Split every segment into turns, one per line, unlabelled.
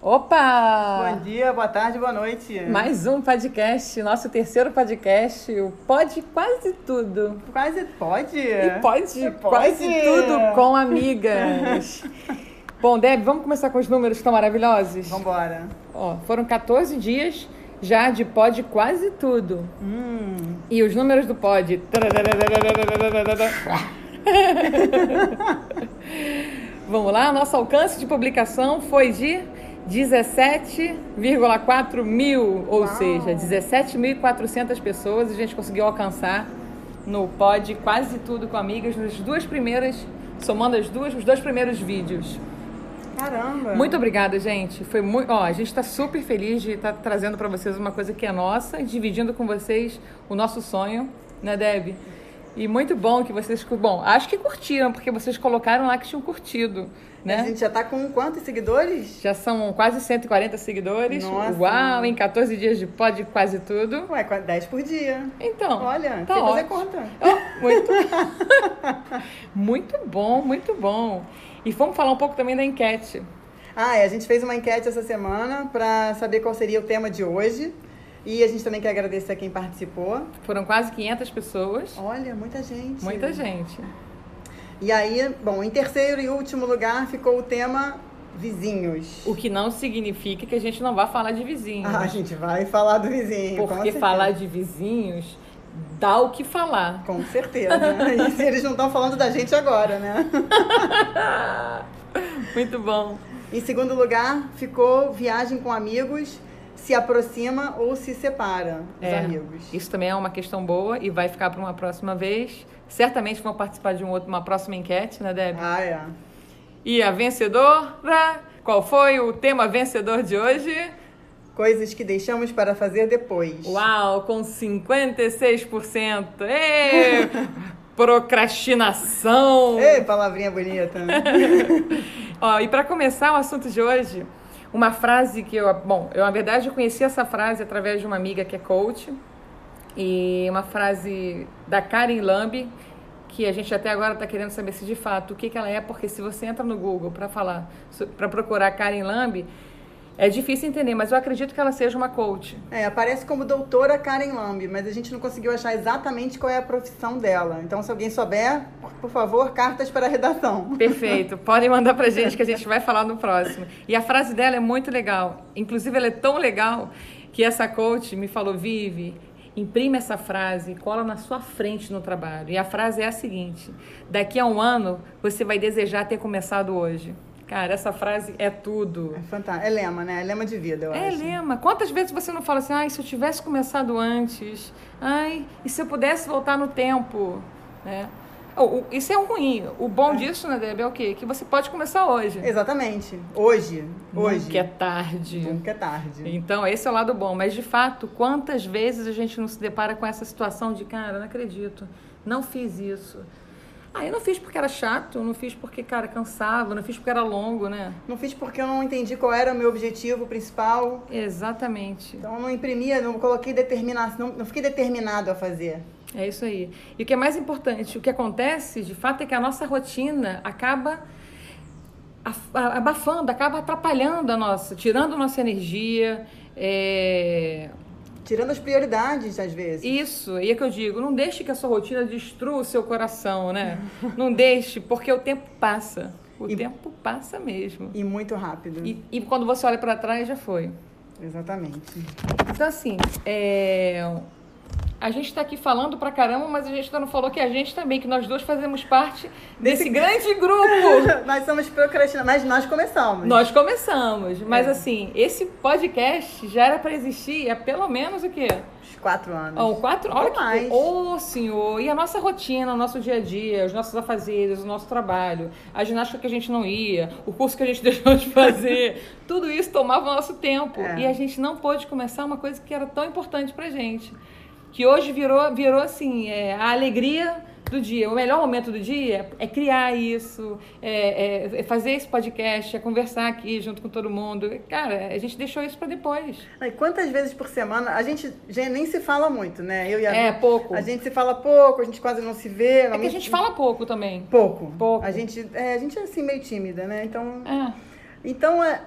Opa!
Bom dia, boa tarde, boa noite.
Mais um podcast, nosso terceiro podcast, o Pode Quase Tudo.
Quase pode.
E pode,
E É. pode.
quase tudo com amigas. Bom, Deb, vamos começar com os números tão maravilhosos?
Vambora.
Ó, foram 14 dias já de Pode Quase Tudo.
Hum.
E os números do pod. Vamos lá, nosso alcance de publicação foi de 17,4 mil, ou
Uau.
seja, 17.400 pessoas a gente conseguiu alcançar no pod quase tudo com amigas nas duas primeiras, somando as duas, os dois primeiros vídeos.
Caramba.
Muito obrigada, gente. Foi muito. Ó, a gente está super feliz de estar trazendo para vocês uma coisa que é nossa, e dividindo com vocês o nosso sonho, né, Deb? E muito bom que vocês. cu- Bom, acho que curtiram, porque vocês colocaram lá que tinham curtido,
A
né?
gente já tá com quantos seguidores?
Já são quase 140 seguidores.
Nossa.
Uau, em 14 dias de pod quase tudo.
Ué, qua- 10 por dia.
Então.
Olha,
tá
sem fazer
ótimo.
conta.
Oh, muito... muito bom, muito bom. E vamos falar um pouco também da enquete.
Ah, é, a gente fez uma enquete essa semana pra saber qual seria o tema de hoje. E a gente também quer agradecer a quem participou.
Foram quase 500 pessoas.
Olha, muita gente.
Muita gente.
E aí, bom, em terceiro e último lugar ficou o tema vizinhos.
O que é não significa que a gente não vá falar de vizinhos.
Ah, a gente vai falar do vizinho. com
porque
certeza.
falar de vizinhos dá o que falar.
Com certeza. né? e se eles não estão falando da gente agora, né?
Muito bom.
Em segundo lugar, ficou viagem com amigos, se aproxima ou se separa dos
É,
amigos.
Isso também é uma questão boa e vai ficar para uma próxima vez. Certamente vão participar de um outro, uma próxima enquete, né, Deb?
Ah, é.
E a vencedora? Qual foi o tema vencedor de hoje?
Coisas que deixamos para fazer depois.
Uau, com 56%. Ê, procrastinação.
Ei, palavrinha bonita.
Ó, e para começar o assunto de hoje, uma frase que eu, bom, eu na verdade eu conheci essa frase através de uma amiga que é coach e uma frase da Karen Lambe que a gente até agora está querendo saber se de fato o que, que ela é, porque se você entra no Google para falar, para procurar Karen Lambe, é difícil entender, mas eu acredito que ela seja uma coach.
É, aparece como doutora Karen Lamb, mas a gente não conseguiu achar exatamente qual é a profissão dela. Então, se alguém souber, por favor, cartas para a redação.
Perfeito. Podem mandar pra gente que a gente vai falar no próximo. E a frase dela é muito legal. Inclusive, ela é tão legal que essa coach me falou: Vive, imprime essa frase e cola na sua frente no trabalho. E a frase é a seguinte: Daqui a um ano, você vai desejar ter começado hoje. Cara, essa frase é tudo.
É fantástico. É lema, né? É lema de vida, eu
É
acho.
lema. Quantas vezes você não fala assim, ai, se eu tivesse começado antes, ai, e se eu pudesse voltar no tempo, né? O- o- isso é um ruim. O bom disso, né, Deb, é o quê? Que você pode começar hoje.
Exatamente. Hoje. Hoje.
Nunca é tarde.
Nunca é tarde.
Então, esse é o lado bom. Mas, de fato, quantas vezes a gente não se depara com essa situação de, cara, não acredito, não fiz isso. Ah, eu não fiz porque era chato, não fiz porque, cara, cansava, não fiz porque era longo, né?
Não fiz porque eu não entendi qual era o meu objetivo principal.
Exatamente.
Então eu não imprimia, não coloquei determinação, não, não fiquei determinado a fazer.
É isso aí. E o que é mais importante, o que acontece de fato é que a nossa rotina acaba af- a- abafando, acaba atrapalhando a nossa, tirando a nossa energia. é,
Tirando as prioridades, às vezes.
Isso, e é que eu digo, não deixe que a sua rotina destrua o seu coração, né? Não deixe, porque o tempo passa. O
E-
tempo passa mesmo.
E muito rápido.
E, e quando você olha para trás, já foi.
Exatamente.
Então, assim, é, a gente está aqui falando pra caramba, mas a gente ainda não falou que a gente também, que nós duas fazemos parte desse, grande grupo.
nós somos procrastinadores, mas nós começamos.
nós começamos, mas assim, esse podcast já era pra existir há pelo menos o quê?
Os quatro anos.
Ó, quatro
Ou
olha que-
mais.
Ô, senhor! E a nossa rotina, o nosso dia a dia, os nossos afazeres, o nosso trabalho, a ginástica que a gente não ia, o curso que a gente deixou de fazer, tudo isso tomava o nosso tempo.
É.
E a gente não pôde começar uma coisa que era tão importante pra gente. Que hoje virou, virou assim, é, a alegria do dia. O melhor momento do dia é criar isso, é, é- é fazer esse podcast, é conversar aqui junto com todo mundo. Cara, a gente deixou isso pra depois.
Ai, Quantas vezes por semana? A gente já nem se fala muito, né? Eu e a
É, pouco.
A gente se fala pouco, a gente quase não se vê.
É que a gente fala pouco também.
pouco.
Pouco.
A gente é, a gente é assim meio tímida, né? Então
É.
Então, é,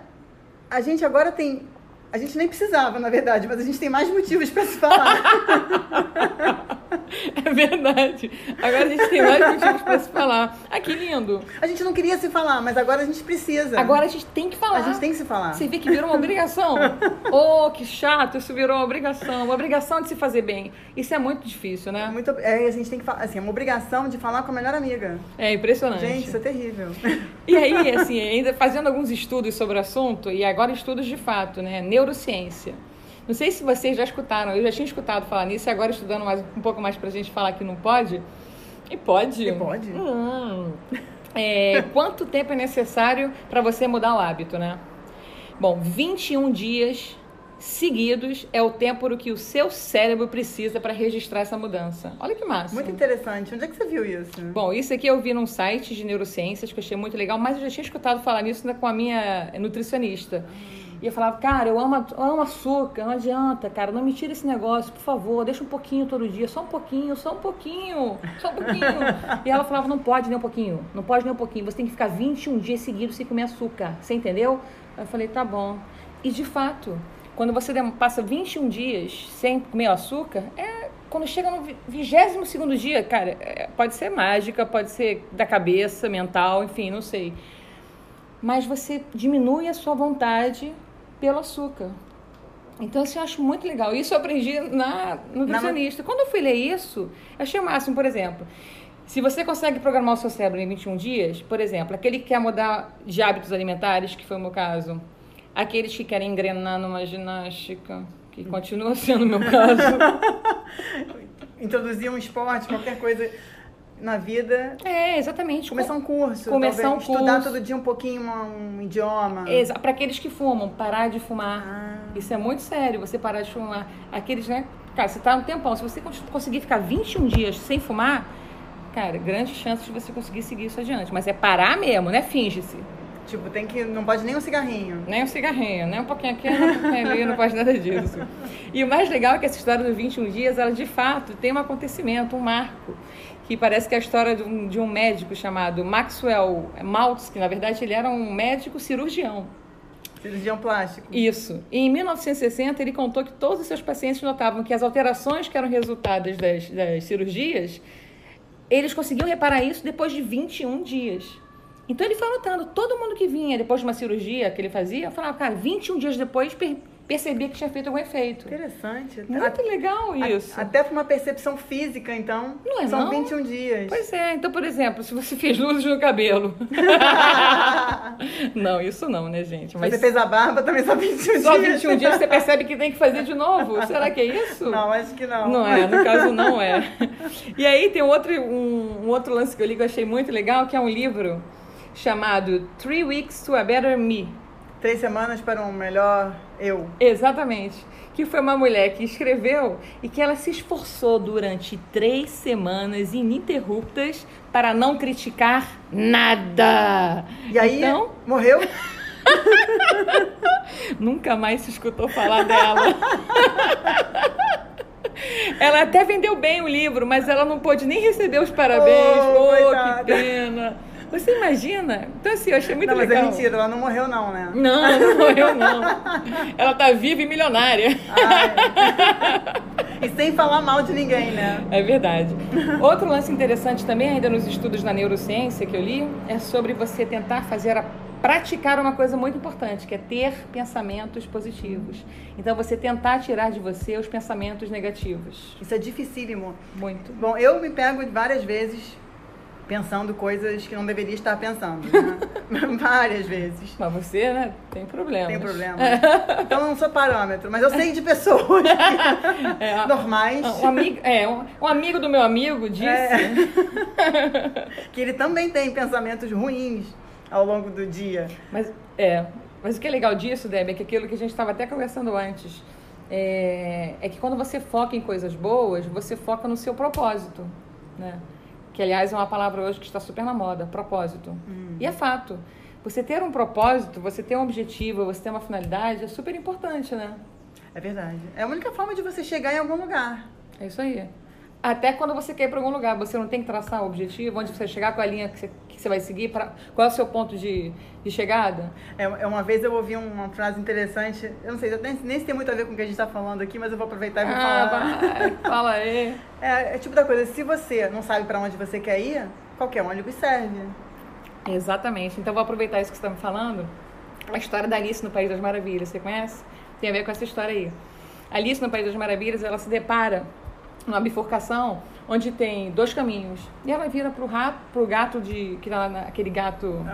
a gente agora tem. A gente nem precisava, na verdade, mas a gente tem mais motivos para se falar.
É verdade. Agora a gente tem mais motivos pra se falar. Ah, que lindo.
a gente não queria se falar, mas agora a gente precisa.
Agora a gente tem que falar.
Tá. a gente tem que se falar.
Você vê que virou uma obrigação. Oh, que chato, isso virou uma obrigação. Uma obrigação de se fazer bem. Isso é muito difícil,
É,
né?
muito, é, a gente tem que falar, assim, é uma obrigação de falar com a melhor amiga.
É impressionante.
Gente, isso é terrível.
E aí, assim, ainda fazendo alguns estudos sobre o assunto, e agora estudos de fato, né? Neurociência. Não sei se vocês já escutaram, eu já tinha escutado falar nisso, e agora estudando mais, um pouco mais pra gente falar que não pode. E pode.
E pode?
Hum. É, quanto tempo é necessário para você mudar o hábito, né? Bom, 21 dias seguidos é o tempo que o seu cérebro precisa para registrar essa mudança. Olha que massa.
Muito interessante. Onde é que você viu isso?
Bom, isso aqui eu vi num site de neurociências que eu achei muito legal, mas eu já tinha escutado falar nisso né, com a minha nutricionista. E eu falava, cara, eu amo, a- eu amo açúcar, não adianta, cara, não me tira esse negócio, por favor, deixa um pouquinho todo dia, só um pouquinho, só um pouquinho, só um pouquinho. e ela falava, não pode nem um pouquinho, não pode nem um pouquinho, você tem que ficar 21 dias seguidos sem comer açúcar, você entendeu? Aí Eu falei, tá bom. E de fato, quando você dem- passa 21 dias sem comer açúcar, é quando chega no 22 dia, cara, é, pode ser mágica, pode ser da cabeça, mental, enfim, não sei. Mas você diminui a sua vontade pelo açúcar. Então, isso eu acho muito legal. Isso eu aprendi na nutricionista. Quando eu fui ler isso, eu achei o máximo, por exemplo. Se você consegue programar o seu cérebro em 21 dias, por exemplo, aquele que quer mudar de hábitos alimentares, que foi o meu caso, aqueles que querem engrenar numa ginástica, que continua sendo o meu caso.
Introduzir um esporte, qualquer coisa na vida.
É, exatamente.
Começar um curso.
Começar
talvez.
um
Estudar
curso.
todo dia um pouquinho uma- um idioma.
Para aqueles que fumam, parar de fumar. Isso é muito sério, você parar de fumar. Aqueles, né? Cara, você tá um tempão. Se você cons- conseguir ficar 21 dias sem fumar, cara, grandes chances de você conseguir seguir isso adiante. Mas é parar mesmo, né? Finge-se.
Tipo, tem que. Não pode nem um cigarrinho.
Nem um cigarrinho, nem um pouquinho aqui, nem um pouquinho ali, não faz nada disso. E o mais legal é que essa história dos 21 dias, ela de fato tem um acontecimento, um marco, que parece que é a história de um, de um médico chamado Maxwell Maltz, que na verdade ele era um médico cirurgião.
Cirurgião um plástico.
Isso. E em 1960, ele contou que todos os seus pacientes notavam que as alterações que eram resultadas das, das cirurgias, eles conseguiam reparar isso depois de 21 dias. Então ele foi anotando, todo mundo que vinha depois de uma cirurgia que ele fazia, falava, cara, 21 dias depois per- percebia que tinha feito algum efeito.
Interessante.
Muito legal
A-
isso.
Até para uma percepção física, então.
Não é
São
não?
21 dias.
Pois é, então, por exemplo, se você fez luzes no cabelo. não, isso não, né, gente? Mas
Ah, Você fez a barba também só 21
só
dias.
21 dias você percebe que tem que fazer de novo? Será que é isso?
Não, acho que não.
Não é, no caso não é. E aí tem um outro, um, um outro lance que eu li que eu achei muito legal, que é um livro chamado Three Weeks to a Better Me.
Três semanas para um melhor eu.
Exatamente. Que foi uma mulher que escreveu e que ela se esforçou durante três semanas ininterruptas para não criticar nada.
E aí,
Então,
morreu?
Nunca mais se escutou falar dela. ela até vendeu bem o livro, mas ela não pôde nem receber os parabéns.
Oh,
Oh,
coitada.
que pena. Você imagina? Então, assim, eu achei muito
não, mas
legal. Hum.
é mentira, ela não morreu, não, né?
Não, ela não morreu, não. Ela tá viva e milionária.
Ai. e sem falar mal de ninguém, né?
É verdade. Outro lance interessante também, ainda nos estudos na neurociência que eu li, é sobre você tentar fazer a praticar uma coisa muito importante, que é ter pensamentos positivos. Então você tentar tirar de você os pensamentos negativos.
Isso é dificílimo.
Muito.
Bom, eu me pego várias vezes pensando coisas que não deveria estar pensando. Né? várias vezes.
Mas você, né, É. tem problemas.
Tem problema. Então eu não sou parâmetro, mas eu sei de pessoas
É, a-
normais
a- um, amigo, é, um, um amigo do meu amigo disse.
É. que ele também tem pensamentos ruins ao longo do dia.
Mas, é, mas o que é legal disso, Deb, é que aquilo que a gente estava até conversando antes, é, é que quando você foca em coisas boas, você foca no seu propósito, né? Que, aliás, é uma palavra hoje que está super na moda, propósito. E é fato. Você ter um propósito, você ter um objetivo, você ter uma finalidade é super importante, né?
É verdade. É a única forma de você chegar em algum lugar.
É isso aí. Até quando você quer ir para algum lugar, você não tem que traçar o objetivo, onde você vai chegar, qual é a linha que você, que você vai seguir, pra, qual é o seu ponto de, de chegada?
É, é, uma vez eu ouvi uma frase interessante, eu não sei nem, nem se tem muito a ver com o que a gente está falando aqui, mas eu vou aproveitar e vou
Ah,
falar.
vai, fala aí.
É, é tipo da coisa, se você não sabe para onde você quer ir, qualquer ônibus serve.
Exatamente. Então vou aproveitar isso que você está me falando. A história da Alice no País das Maravilhas, você conhece? Tem a ver com essa história aí. Alice no País das Maravilhas, ela se depara numa bifurcação onde tem dois caminhos. E ela vira pro rato, pro gato de. que tá lá na- aquele gato.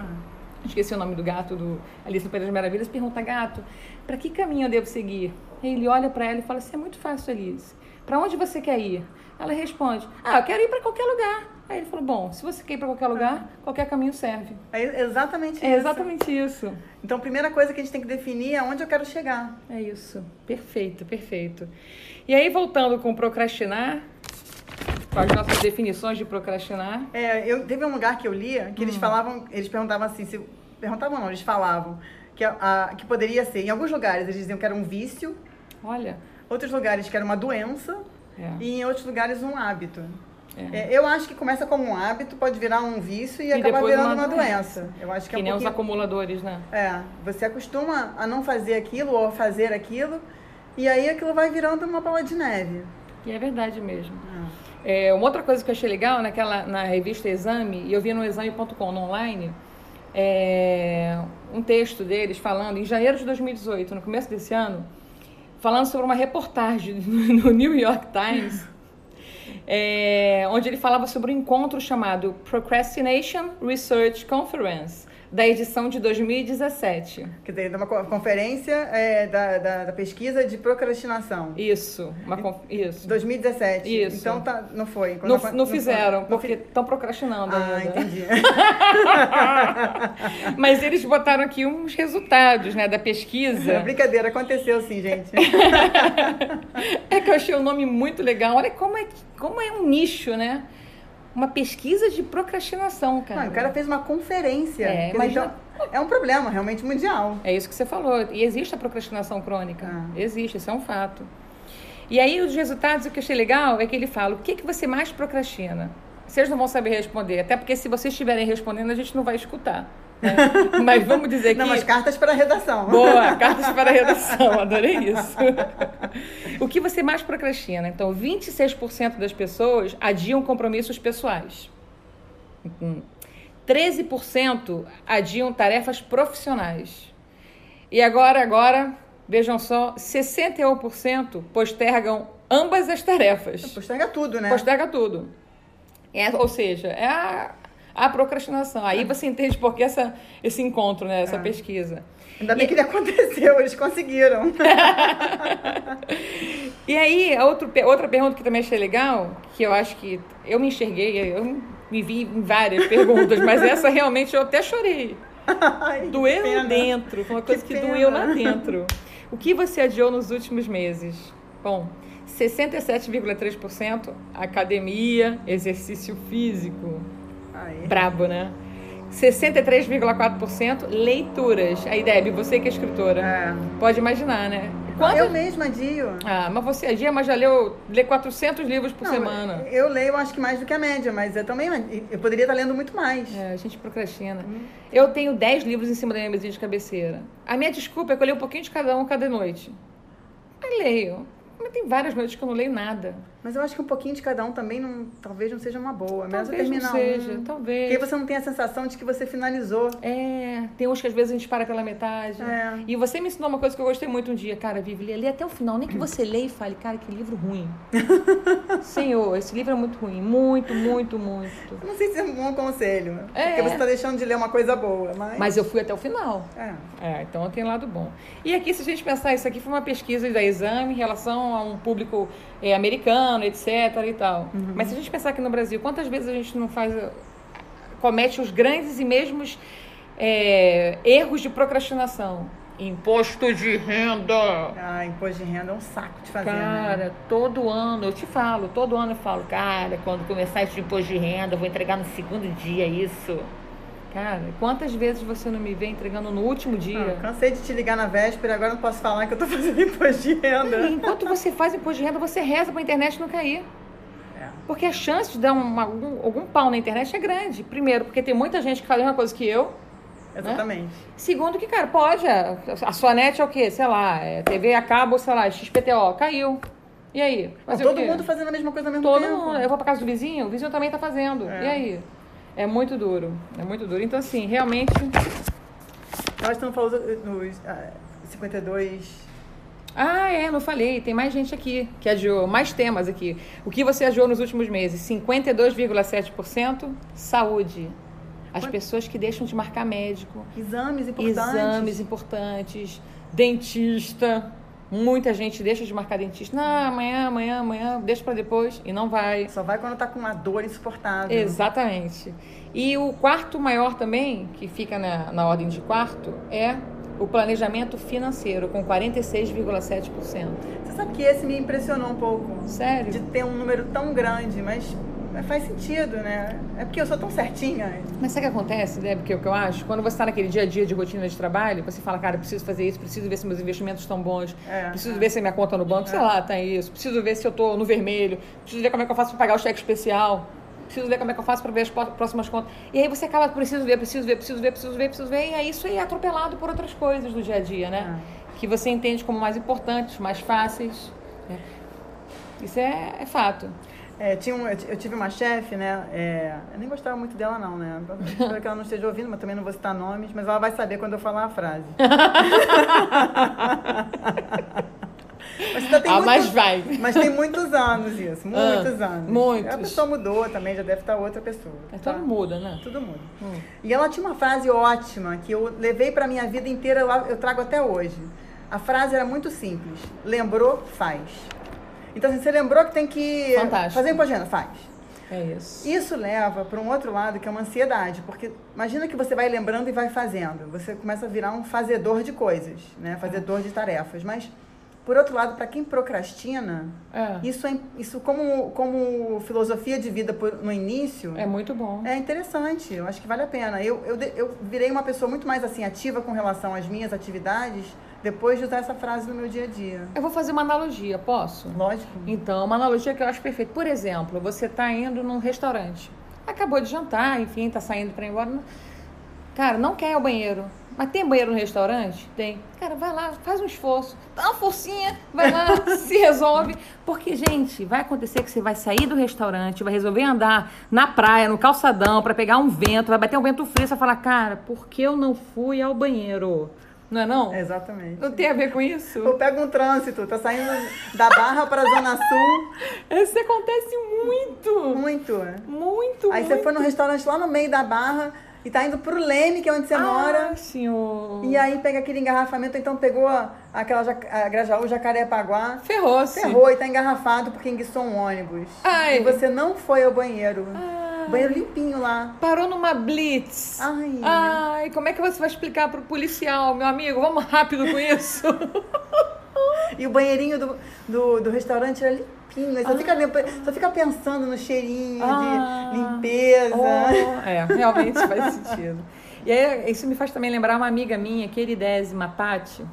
Esqueci o nome do gato do Alice no País das Maravilhas, pergunta, gato, para que caminho eu devo seguir? Ele olha para ela e fala assim, é muito fácil, Alice. Para onde você quer ir? Ela responde, ah, eu quero ir para qualquer lugar. Aí ele falou, bom, se você quer ir para qualquer lugar, qualquer caminho serve.
É exatamente
É
isso.
exatamente isso.
Então, a primeira coisa que a gente tem que definir é onde eu quero chegar.
É isso. Perfeito, perfeito. E aí, voltando com procrastinar, com as nossas definições de procrastinar.
É, eu, teve um lugar que eu lia que
Hum.
eles falavam, eles perguntavam assim, se, perguntavam não, eles falavam que, a, a- que poderia ser. Em alguns lugares eles diziam que era um vício,
Olha.
outros lugares que era uma doença
É.
e em outros lugares um hábito.
É.
É, eu acho que começa como um hábito, pode virar um vício e,
E
acaba
depois
virando
uma
uma doença. Eu acho que,
Que
é um
nem os
pouquinho-
acumuladores, né?
É, você acostuma a não fazer aquilo ou a fazer aquilo e aí aquilo vai virando uma bola de neve.
E é verdade mesmo.
É.
É, uma outra coisa que eu achei legal naquela na revista Exame, e eu vi no exame.com no online, é, um texto deles falando, em janeiro de 2018, no começo desse ano, falando sobre uma reportagem no New York Times, é, onde ele falava sobre um encontro chamado Procrastination Research Conference, da edição de 2017.
Quer dizer, uma co- conferência é, da, da- da pesquisa de procrastinação.
Isso, uma, conf- isso.
2017.
Isso.
Então tá, não foi. Quando
Não,
acon-
não fizeram,
foi.
porque tá né?
fi-
estão procrastinando
Ah,
ainda.
entendi.
Mas eles botaram aqui uns resultados, né, da pesquisa.
Brincadeira, aconteceu sim, gente.
É que eu achei o nome muito legal. Olha como é, como é um nicho, né? Uma pesquisa de procrastinação, cara.
Não, o Ah, cara fez uma conferência.
É,
Quer dizer,
imagina-
então, é um problema realmente mundial.
É isso que você falou. E existe a procrastinação crônica.
Ah.
Existe, isso é um fato. E aí, os resultados, o que eu achei legal é que ele fala: o que, que você mais procrastina? Vocês não vão saber responder, até porque se vocês estiverem respondendo, a gente não vai escutar. né? Mas vamos dizer
Não,
É que.
mas cartas para a redação.
Boa, cartas para a redação, adorei isso. o que você mais procrastina? Então, 26% das pessoas adiam compromissos pessoais. Hum. 13% adiam tarefas profissionais. E agora, agora, vejam só, 61% postergam ambas as tarefas.
Posterga tudo, né?
Posterga tudo. É, ou seja, é a, a procrastinação. Aí você entende por que essa, esse encontro, né? essa
É.
pesquisa.
Ainda bem que ele aconteceu, eles conseguiram.
E aí, a outro, pe- outra pergunta que também achei legal, que eu acho que eu me enxerguei, eu me vi em várias perguntas, mas essa realmente eu até chorei.
Ai,
Doeu um lá
que pena.
dentro, foi uma coisa que,
pena.
doeu lá dentro. O que você adiou nos últimos meses? Bom, 67,3% academia, exercício físico.
Ai.
Brabo, né? 63,4% leituras. Aí, Deb, você que é escritora,
É.
pode imaginar, né? Quantas
Eu mesma adio.
ah, mas você adia, mas já leu lê 400 livros por
Não, é,
semana.
Eu leio, acho que mais do que a média, mas eu também eu poderia estar lendo muito mais.
É, a gente procrastina.
Hum.
Eu tenho 10 livros em cima da minha mesinha de cabeceira. A minha desculpa é que eu leio um pouquinho de cada um cada noite. Eu leio. Mas tem várias noites que eu não leio nada.
Mas eu acho que um pouquinho de cada um também não, talvez não seja uma boa. Mas eu
talvez não
terminar
seja,
um.
talvez.
Porque você não tem a sensação de que você finalizou.
É, tem uns que às vezes a gente para pela metade.
É.
E você me ensinou uma coisa que eu gostei muito um dia, cara, Vivi, lê, lê até o final, nem que você leia e fale, cara, que livro ruim. Senhor, esse livro é muito ruim, muito, muito, muito.
Eu não sei se é um bom conselho.
É.
Porque você está deixando de ler uma coisa boa, mas.
Mas eu fui até o final.
É.
É, então tem lado bom. E aqui, se a gente pensar, isso aqui foi uma pesquisa da Exame em relação a um público é, americano, etc e tal.
Uhum.
Mas se a gente pensar aqui no Brasil, quantas vezes a gente não faz, eh, comete os grandes e mesmos eh, erros de procrastinação? Imposto de renda!
Ah, imposto de renda é um saco de fazer. né?
Cara, todo ano, eu te falo, todo ano eu falo, cara, quando começar esse imposto de renda, eu vou entregar no segundo dia isso. Cara, quantas vezes você não me vê entregando no último dia?
Ah, cansei de te ligar na véspera, agora não posso falar que eu tô fazendo imposto de
E
renda.
enquanto você faz imposto de renda, você reza pra internet não cair.
É.
Porque a chance de dar uma- algum, algum pau na internet é grande. Primeiro, porque tem muita gente que fala a mesma coisa que eu.
Exatamente.
Segundo, que, cara, pode. A, a sua net é o quê? Sei lá, é TV a cabo, sei lá, é XPTO. Caiu. E aí?
Não,
Fazer o
todo
quê?
mundo fazendo a mesma coisa ao mesmo
Todo
tempo.
mundo. é. Eu vou pra casa do vizinho, o vizinho também tá fazendo.
É.
E aí? É muito duro. É muito duro. Então, assim, realmente.
Nós estamos falando nos ah, 52.
Ah, é, não falei. Tem mais gente aqui que adiou. Mais temas aqui. O que você adiou nos últimos meses? 52,7% saúde. As
Quant-
pessoas que deixam de marcar médico,
Exames importantes.
exames importantes, dentista. Muita gente deixa de marcar dentista. Não, amanhã, amanhã, amanhã, deixa pra depois e não vai.
Só vai quando tá com uma dor insuportável.
Exatamente. E o quarto maior também, que fica na, na ordem de quarto, é o planejamento financeiro, com 46,7%.
Você sabe que esse me impressionou um pouco.
Sério?
De ter um número tão grande, mas mas faz sentido, né? É porque eu sou tão certinha.
Mas sabe o que acontece, Deb, que é o que eu acho? Quando você está naquele dia a dia de rotina de trabalho, você fala, cara, eu preciso fazer isso, preciso ver se meus investimentos estão bons,
É.
preciso ver se a minha conta no banco, sei lá, tá isso, preciso ver se eu tô no vermelho, preciso ver como é que eu faço para pagar o cheque especial, preciso ver como é que eu faço para ver as po- próximas contas. E aí você acaba, preciso ver, preciso ver, preciso ver, preciso ver, preciso ver, e aí isso aí é atropelado por outras coisas do dia a dia, né?
É.
Que você entende como mais importantes, mais fáceis. né? Isso é, é fato.
É, tinha um- eu ti- eu tive uma chefe, né? é, eu nem gostava muito dela, não, né? Espero que ela não esteja ouvindo, mas também não vou citar nomes, mas ela vai saber quando eu falar a frase. mas, ainda tem
ah,
muito-
mas vai. Ah,
mas tem muitos anos isso, muitos anos.
muitos.
A pessoa mudou também, já deve estar outra pessoa.
Mas
tá?
Todo muda, né?
Todo mundo.
Hum.
E ela tinha uma frase ótima que eu levei pra minha vida inteira, eu- eu trago até hoje. A frase era muito simples: lembrou, faz. Então, assim, você lembrou que tem que
Fantástico.
fazer impogênio, faz.
É isso.
Isso leva para um outro lado que é uma ansiedade, porque imagina que você vai lembrando e vai fazendo, você começa a virar um fazedor de coisas, né? Fazedor de tarefas. Mas, por outro lado, para quem procrastina,
É.
isso, é, isso como, como filosofia de vida por- no início,
É muito bom.
é interessante, eu acho que vale a pena. Eu, eu, de- eu virei uma pessoa muito mais assim ativa com relação às minhas atividades depois de usar essa frase no meu dia a dia.
Eu vou fazer uma analogia, posso?
Lógico.
Então, uma analogia que eu acho perfeita. Por exemplo, você está indo num restaurante. Acabou de jantar, enfim, tá saindo para ir embora. Cara, não quer ir ao banheiro. Mas tem banheiro no restaurante? Tem. Cara, vai lá, faz um esforço. Dá uma forcinha, vai lá, se resolve. Porque, gente, vai acontecer que você vai sair do restaurante, vai resolver andar na praia, no calçadão, para pegar um vento, vai bater um vento frio, você vai falar, cara, por que eu não fui ao banheiro? Não é não?
Exatamente.
Não tem a ver com isso?
Eu pego um trânsito, tá saindo da Barra pra Zona Sul,
Isso acontece muito,
muito. né?
muito,
Aí
muito.
você foi num restaurante lá no meio da Barra e tá indo pro Leme, que é onde você mora.
Ah, senhor.
E aí pega aquele engarrafamento, então pegou aquela jac- a Grajaú, Jacarepaguá.
Ferrou-se.
Ferrou e tá engarrafado porque enguiçou um ônibus.
Ai. Ah.
E você não foi ao banheiro.
Ai.
Banheiro limpinho lá.
Parou numa blitz.
Ai.
Ai, como é que você vai explicar pro policial, meu amigo? Vamos rápido com isso.
E o banheirinho do, do, do restaurante era limpinho. Aí Você fica, lempa- só fica pensando no cheirinho
Ah.
de limpeza.
Oh, é, realmente faz sentido. E aí, isso me faz também lembrar uma amiga minha, queridésima, Pati,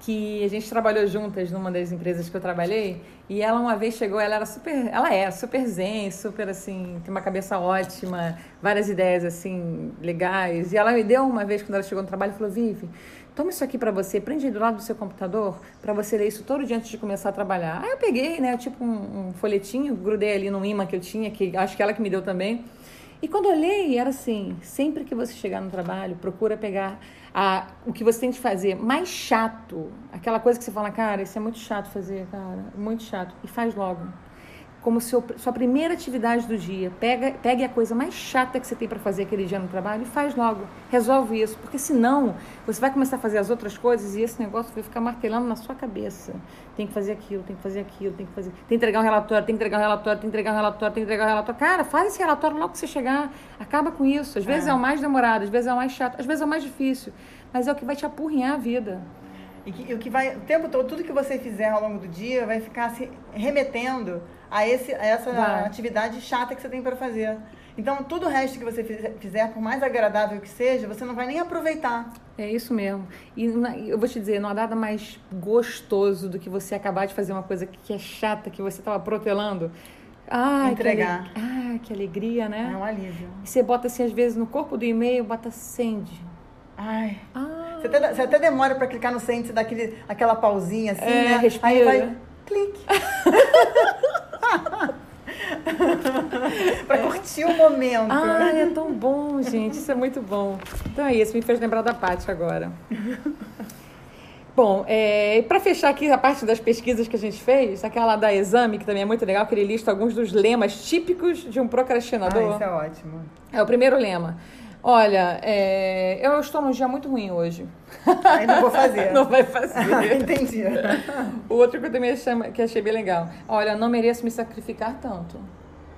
que a gente trabalhou juntas numa das empresas que eu trabalhei, e ela uma vez chegou, ela era super, ela é super zen, super assim, tem uma cabeça ótima, várias ideias assim legais, e ela me deu uma vez quando ela chegou no trabalho, e falou: "Vivi, toma isso aqui pra você, prende aí do lado do seu computador pra você ler isso todo dia antes de começar a trabalhar". Aí eu peguei, né, tipo um, um folhetinho, grudei ali num imã que eu tinha, que acho que ela que me deu também. E quando eu olhei, era assim: sempre que você chegar no trabalho, procura pegar a- o que você tem de fazer mais chato. Aquela coisa que você fala, cara, isso é muito chato fazer, cara, muito chato. E faz logo. Como seu, sua primeira atividade do dia. Pega, pegue a coisa mais chata que você tem para fazer aquele dia no trabalho e faz logo. Resolve isso. Porque senão, você vai começar a fazer as outras coisas e esse negócio vai ficar martelando na sua cabeça. Tem que fazer aquilo, tem que fazer aquilo, tem que fazer. Tem que entregar um relatório, tem que entregar um relatório, tem que entregar um relatório, tem que entregar um relatório. Cara, faz esse relatório logo que você chegar. Acaba com isso. Às vezes é, o mais demorado, às vezes é o mais chato, às vezes é o mais difícil. Mas é o que vai te apurrinhar a vida.
E que, e o que vai, o tempo todo, tudo que você fizer ao longo do dia vai ficar se remetendo a, esse, a essa
Vai.
atividade chata que você tem para fazer. Então, todo o resto que você fizer- fizer, por mais agradável que seja, você não vai nem aproveitar.
É isso mesmo. E na- eu vou te dizer, não há nada mais gostoso do que você acabar de fazer uma coisa que é chata, que você estava protelando. Ah,
Entregar.
Que ale... Ah, que alegria,
É
né?
um alívio.
E você bota assim, às vezes, no corpo do e-mail, bota send.
Ai.
Ah,
Você até, você até demora pra clicar no sente, você dá aquele, aquela pausinha assim,
É,
né?
respira.
Aí vai, clique. pra curtir o momento. né?
ah, é tão bom, gente. Isso é muito bom. Então é isso, me fez lembrar da Paty agora. Bom, é, para fechar aqui a parte das pesquisas que a gente fez, aquela da exame, que também é muito legal, que ele lista alguns dos lemas típicos de um
Ah,
procrastinador.
isso é ótimo.
É o primeiro lema. Olha, é, eu estou num dia muito ruim hoje.
Aí não vou fazer.
Não vai fazer.
Entendi.
o outro que eu também achei, que achei bem legal. Olha, não mereço me sacrificar tanto.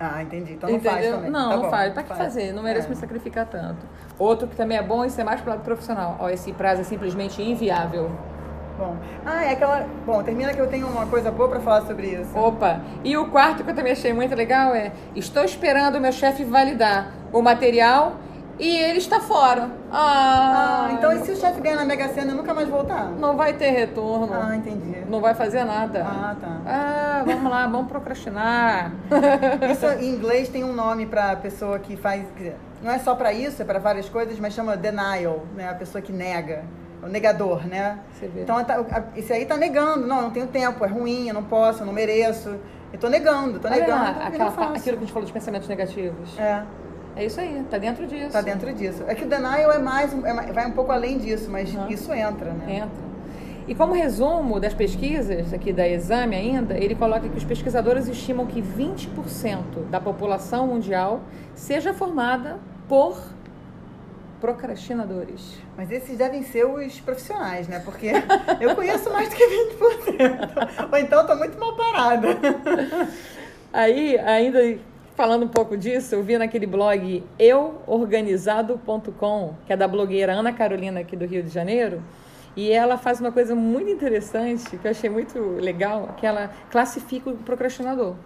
Ah, entendi. Então não faz
Entendeu?
também.
Não,
Tá
não
bom,
faz. Pra que fazer? Não mereço
É.
me sacrificar tanto. Outro que também é bom, isso é mais pro lado profissional. Ó, esse prazo é simplesmente inviável.
Bom. Ah, é aquela. Bom, termina que eu tenho uma coisa boa pra falar sobre isso.
Opa! E o quarto que eu também achei muito legal é: estou esperando o meu chefe validar o material e ele está fora. Ah,
Ah, então e se o chefe ganhar na Mega Sena e nunca mais voltar?
não vai ter retorno.
Ah, entendi.
Não vai fazer nada.
Ah, tá.
Ah, vamos lá, vamos procrastinar.
Isso em inglês tem um nome pra pessoa que faz. quer dizer, Não é só pra isso, é pra várias coisas, mas chama denial, né? A pessoa que nega. é O negador, né?
Você vê.
Então tá- a- esse aí tá negando. Não, eu não tenho tempo, é ruim, eu não posso, eu não mereço. Eu tô negando, tô
Olha
negando.
lá,
então eu
aquela
não
pa-
faço.
aquilo que a gente falou de pensamentos negativos.
É,
É isso aí, tá dentro disso.
tá dentro disso. É que o denial é mais, um- é mais- vai um pouco além disso, mas
Uhum.
isso entra, né?
Entra. E como resumo das pesquisas aqui da exame ainda, ele coloca que os pesquisadores estimam que 20% da população mundial seja formada por procrastinadores.
Mas esses devem ser os profissionais, né? Porque eu conheço mais do que 20%. Ou então eu tô muito mal parada.
Aí, ainda falando um pouco disso, eu vi naquele blog euorganizado.com, que é da blogueira Ana Carolina aqui do Rio de Janeiro, e ela faz uma coisa muito interessante, que eu achei muito legal, que ela classifica o procrastinador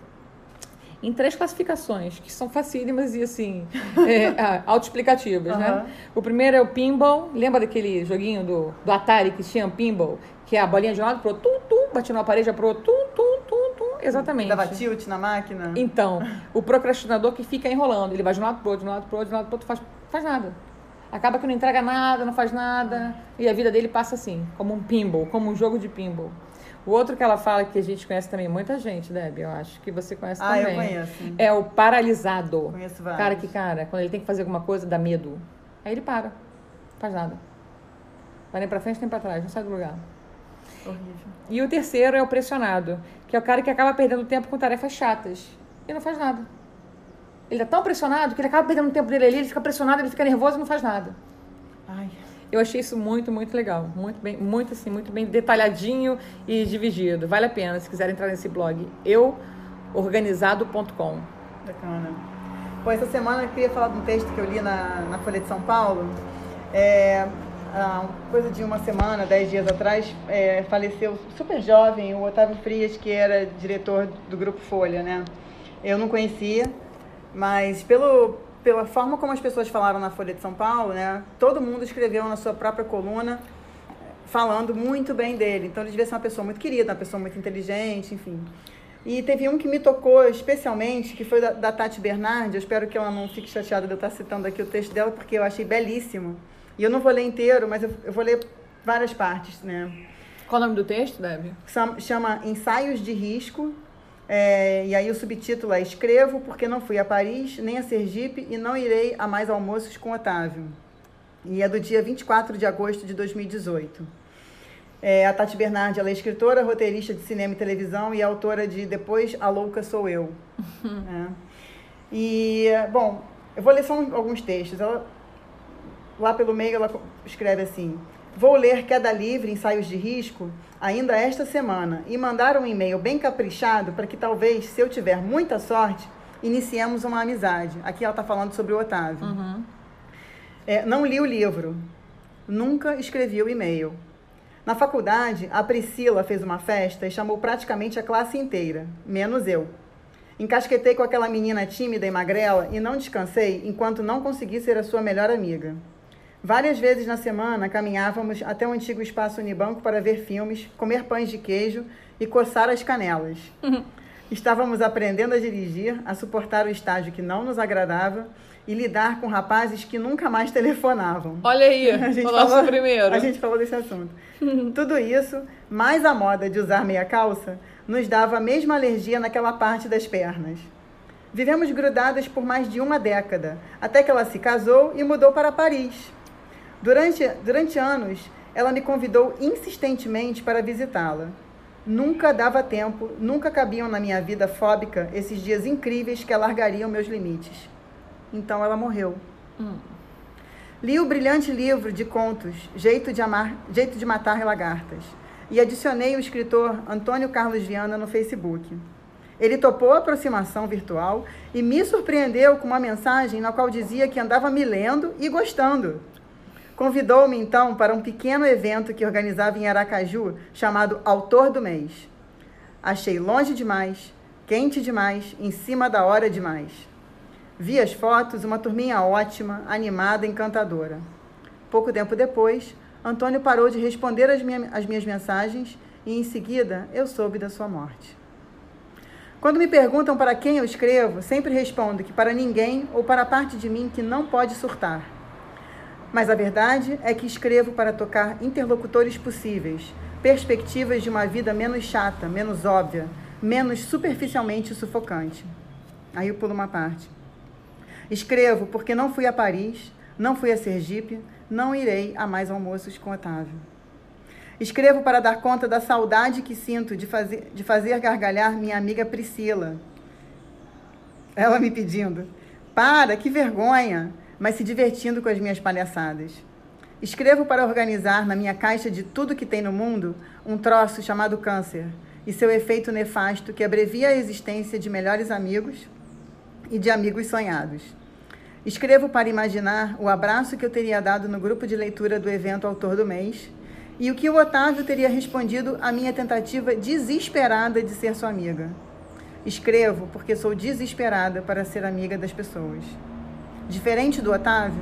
em três classificações, que são facílimas e assim, é, ah, autoexplicativas, né?
Aham.
O primeiro é o pinball, lembra daquele joguinho do, do Atari que tinha um pinball? Que é a bolinha de um lado pro outro, tum, tum, batia numa parede, pro outro, tum, tum, tum, tum, exatamente.
Dava tilt na máquina.
Então, o procrastinador que fica enrolando, ele vai de um lado pro outro, de um lado pro outro, de um lado pro outro, faz, faz nada. Acaba que não entrega nada, não faz nada, e a vida dele passa assim, como um pinball, como um jogo de pinball. O outro que ela fala que a gente conhece também, muita gente, Debbie, eu acho que você conhece
Ah,
também.
eu conheço.
É o paralisado.
Conheço vários.
Cara que, cara, quando ele tem que fazer alguma coisa, dá medo. Aí ele para, faz nada. Vai nem pra frente, nem pra trás, não sai do lugar.
Horrível.
E o terceiro é o pressionado, que é o cara que acaba perdendo tempo com tarefas chatas e não faz nada. Ele tá tão pressionado que ele acaba perdendo o tempo dele ali, ele fica pressionado, ele fica nervoso e não faz nada.
Ai.
Eu achei isso muito, muito legal, muito bem, muito assim, muito bem detalhadinho e dividido. Vale a pena se quiser entrar nesse blog euorganizado.com.
Bacana. Pô, essa semana eu queria falar de um texto que eu li na, na Folha de São Paulo. É, há uma coisa de uma semana, dez dias atrás, é, faleceu super jovem o Otávio Frias, que era diretor do Grupo Folha, né? Eu não conhecia, mas pelo, pela forma como as pessoas falaram na Folha de São Paulo, né? Todo mundo escreveu na sua própria coluna falando muito bem dele. Então ele devia ser uma pessoa muito querida, uma pessoa muito inteligente, enfim. E teve um que me tocou especialmente, que foi da, da Tati Bernardi. Eu espero que ela não fique chateada de eu estar citando aqui o texto dela, porque eu achei belíssimo. E eu não vou ler inteiro, mas eu, eu vou ler várias partes, né?
Qual o nome do texto, Debbie?
Sam- chama Ensaios de Risco. é, e aí o subtítulo é Escrevo porque não fui a Paris, nem a Sergipe e não irei a mais almoços com Otávio. E é do dia 24 de agosto de 2018. É, a Tati Bernardi ela é escritora, roteirista de cinema e televisão e autora de Depois a Louca Sou Eu. né? E, bom, eu vou ler só um- alguns textos. Ela Lá pelo meio ela co- escreve assim: Vou ler Queda Livre, Ensaios de Risco, ainda esta semana e mandar um e-mail bem caprichado para que talvez, se eu tiver muita sorte, iniciemos uma amizade. Aqui ela está falando sobre o Otávio. É, não li o livro. Nunca escrevi o e-mail. Na faculdade, a Priscila fez uma festa e chamou praticamente a classe inteira, menos eu. Encasquetei com aquela menina tímida e magrela e não descansei enquanto não consegui ser a sua melhor amiga. Várias vezes na semana caminhávamos até o antigo espaço Unibanco para ver filmes, comer pães de queijo e coçar as canelas. Estávamos aprendendo a dirigir, a suportar o estágio que não nos agradava e lidar com rapazes que nunca mais telefonavam.
Olha aí, o nosso primeiro.
A gente falou desse assunto. Tudo isso, mais a moda de usar meia calça, nos dava a mesma alergia naquela parte das pernas. Vivemos grudadas por mais de uma década, até que ela se casou e mudou para Paris. Durante, durante anos, ela me convidou insistentemente para visitá-la. Nunca dava tempo, nunca cabiam na minha vida fóbica esses dias incríveis que alargariam meus limites. Então ela morreu. Li o brilhante livro de contos Jeito de, Amar, Jeito de Matar Lagartas e adicionei o escritor Antônio Carlos Viana no Facebook. Ele topou a aproximação virtual e me surpreendeu com uma mensagem na qual dizia que andava me lendo e gostando. Convidou-me então para um pequeno evento que organizava em Aracaju chamado Autor do Mês. Achei longe demais, quente demais, em cima da hora demais. Vi as fotos, uma turminha ótima, animada, encantadora. Pouco tempo depois, Antônio parou de responder as, minha- as minhas mensagens e, em seguida, eu soube da sua morte. Quando me perguntam para quem eu escrevo, sempre respondo que para ninguém ou para a parte de mim que não pode surtar. Mas a verdade é que escrevo para tocar interlocutores possíveis, perspectivas de uma vida menos chata, menos óbvia, menos superficialmente sufocante. Aí eu pulo uma parte. Escrevo porque não fui a Paris, não fui a Sergipe, não irei a mais almoços com Otávio. Escrevo para dar conta da saudade que sinto de fazer, de fazer gargalhar minha amiga Priscila. Ela me pedindo: para, que vergonha! Mas se divertindo com as minhas palhaçadas. Escrevo para organizar na minha caixa de tudo que tem no mundo um troço chamado câncer e seu efeito nefasto que abrevia a existência de melhores amigos e de amigos sonhados. Escrevo para imaginar o abraço que eu teria dado no grupo de leitura do evento Autor do Mês e o que o Otávio teria respondido à minha tentativa desesperada de ser sua amiga. Escrevo porque sou desesperada para ser amiga das pessoas. Diferente do Otávio,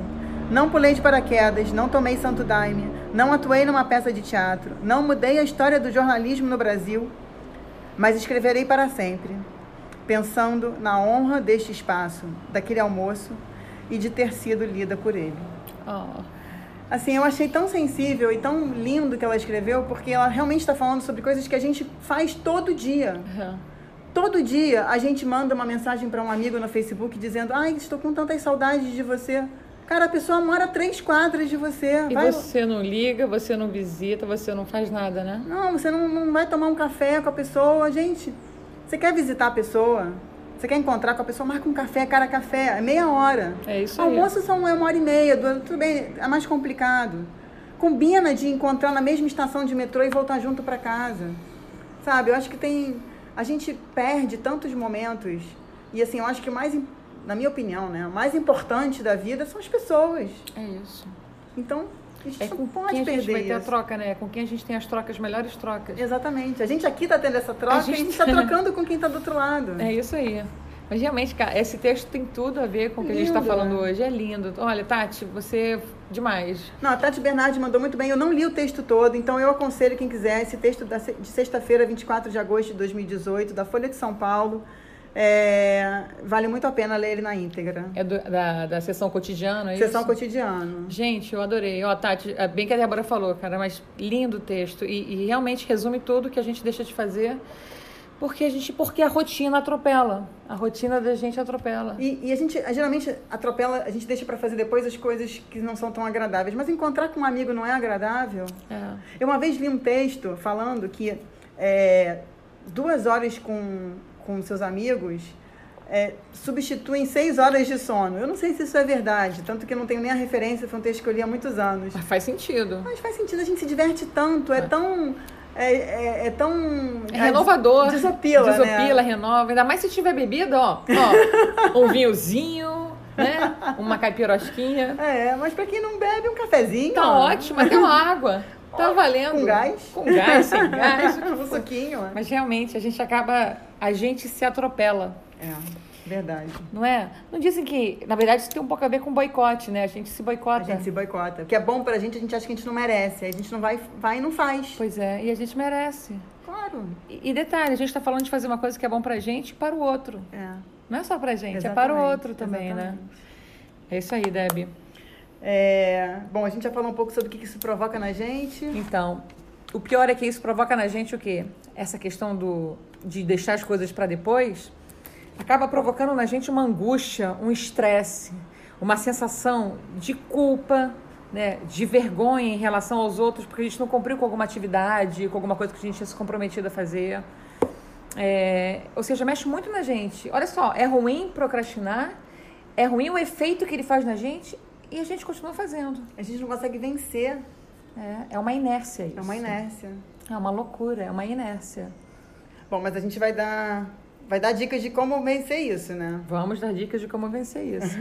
não pulei de paraquedas, não tomei santo daime, não atuei numa peça de teatro, não mudei a história do jornalismo no Brasil, mas escreverei para sempre, pensando na honra deste espaço, daquele almoço e de ter sido lida por ele.
Ó.
Assim, eu achei tão sensível e tão lindo que ela escreveu, porque ela realmente está falando sobre coisas que a gente faz todo dia.
Aham.
Todo dia a gente manda uma mensagem para um amigo no Facebook dizendo: Ai, estou com tantas saudades de você. Cara, a pessoa mora a três quadras de você.
E
Vai-
você não liga, você não visita, você não faz nada, né?
Não, você não, não vai tomar um café com a pessoa. Gente, você quer visitar a pessoa? Você quer encontrar com a pessoa? Marca um café, cara a café. É meia hora.
É isso aí.
Almoço são é uma hora e meia, duas, tudo bem, é mais complicado. Combina de encontrar na mesma estação de metrô e voltar junto para casa. Sabe, eu acho que tem. A gente perde tantos momentos. E assim, eu acho que o mais, im- na minha opinião, né? O mais importante da vida são as pessoas.
É isso.
Então, a gente
É
não
com
pode
quem a gente
perder
vai ter a
isso.
troca, né? Com quem a gente tem as trocas, as melhores trocas.
Exatamente. A gente aqui tá tendo essa troca
A
e a
gente-
gente tá trocando com quem tá do outro lado.
É isso aí. Mas realmente, cara, esse texto tem tudo a ver com o que a gente está
Lindo,
falando
né?
hoje. É lindo. Olha, Tati, você é demais.
Não, a Tati Bernardi mandou muito bem. Eu não li o texto todo, então eu aconselho quem quiser esse texto da se- de sexta-feira, 24 de agosto de 2018, da Folha de São Paulo. É, vale muito a pena ler ele na íntegra.
É do- da, da sessão cotidiana, é
Sessão
isso?
cotidiana.
Gente, eu adorei. Ó, Tati, é bem que a Débora falou, cara, mas lindo o texto. E, e realmente resume tudo que a gente deixa de fazer. Porque a gente. Porque a rotina atropela. A rotina da gente atropela.
E, e a gente a- geralmente atropela, a gente deixa pra fazer depois as coisas que não são tão agradáveis. Mas encontrar com um amigo não é agradável?
É.
Eu uma vez li um texto falando que é, duas horas com, com seus amigos é, substituem seis horas de sono. Eu não sei se isso é verdade, tanto que eu não tenho nem a referência, foi um texto que eu li há muitos anos.
Mas faz sentido.
Mas faz sentido, a gente se diverte tanto, é tão. É, é- é tão.
É renovador.
Desopila, né?
Desopila, renova. Ainda mais se tiver bebida, ó. ó um vinhozinho, né? Uma caipirosquinha.
É, mas pra quem não bebe, um cafezinho.
Tá
ó,
ótimo, até uma água. Tá valendo.
Com gás.
Com gás, sem gás. tipo, é.
um suquinho. ó.
Mas realmente, a gente acaba... A gente se atropela,
É, verdade.
não é? Não dizem que... Na verdade, isso tem um pouco a ver com boicote, né? A gente se
A
boicota.
gente se boicota. O que é bom pra gente, a gente acha que a gente não merece. Aí a gente não vai, vai e não faz.
Pois é, e a gente merece.
Claro.
E, e detalhe, a gente está falando de fazer uma coisa que é bom pra gente e para o outro.
É.
Não é só pra gente, é para o
Exatamente,
outro também, né?
exatamente.
É isso aí, Deb.
É, bom, a gente já falou um pouco sobre o que que isso provoca na gente.
Então, o pior é que isso provoca na gente o quê? Essa questão do, de deixar as coisas pra depois acaba provocando na gente uma angústia, um estresse, uma sensação de culpa, né? de vergonha em relação aos outros, porque a gente não cumpriu com alguma atividade, com alguma coisa que a gente tinha se comprometido a fazer. É, ou seja, mexe muito na gente. Olha só, é ruim procrastinar, é ruim o efeito que ele faz na gente e a gente continua fazendo.
A gente não consegue vencer,
É, é uma inércia isso.
é uma inércia.
É uma loucura, é uma inércia.
Bom, mas a gente vai dar, vai dar dicas de como vencer isso, né?
Vamos dar dicas de como vencer isso.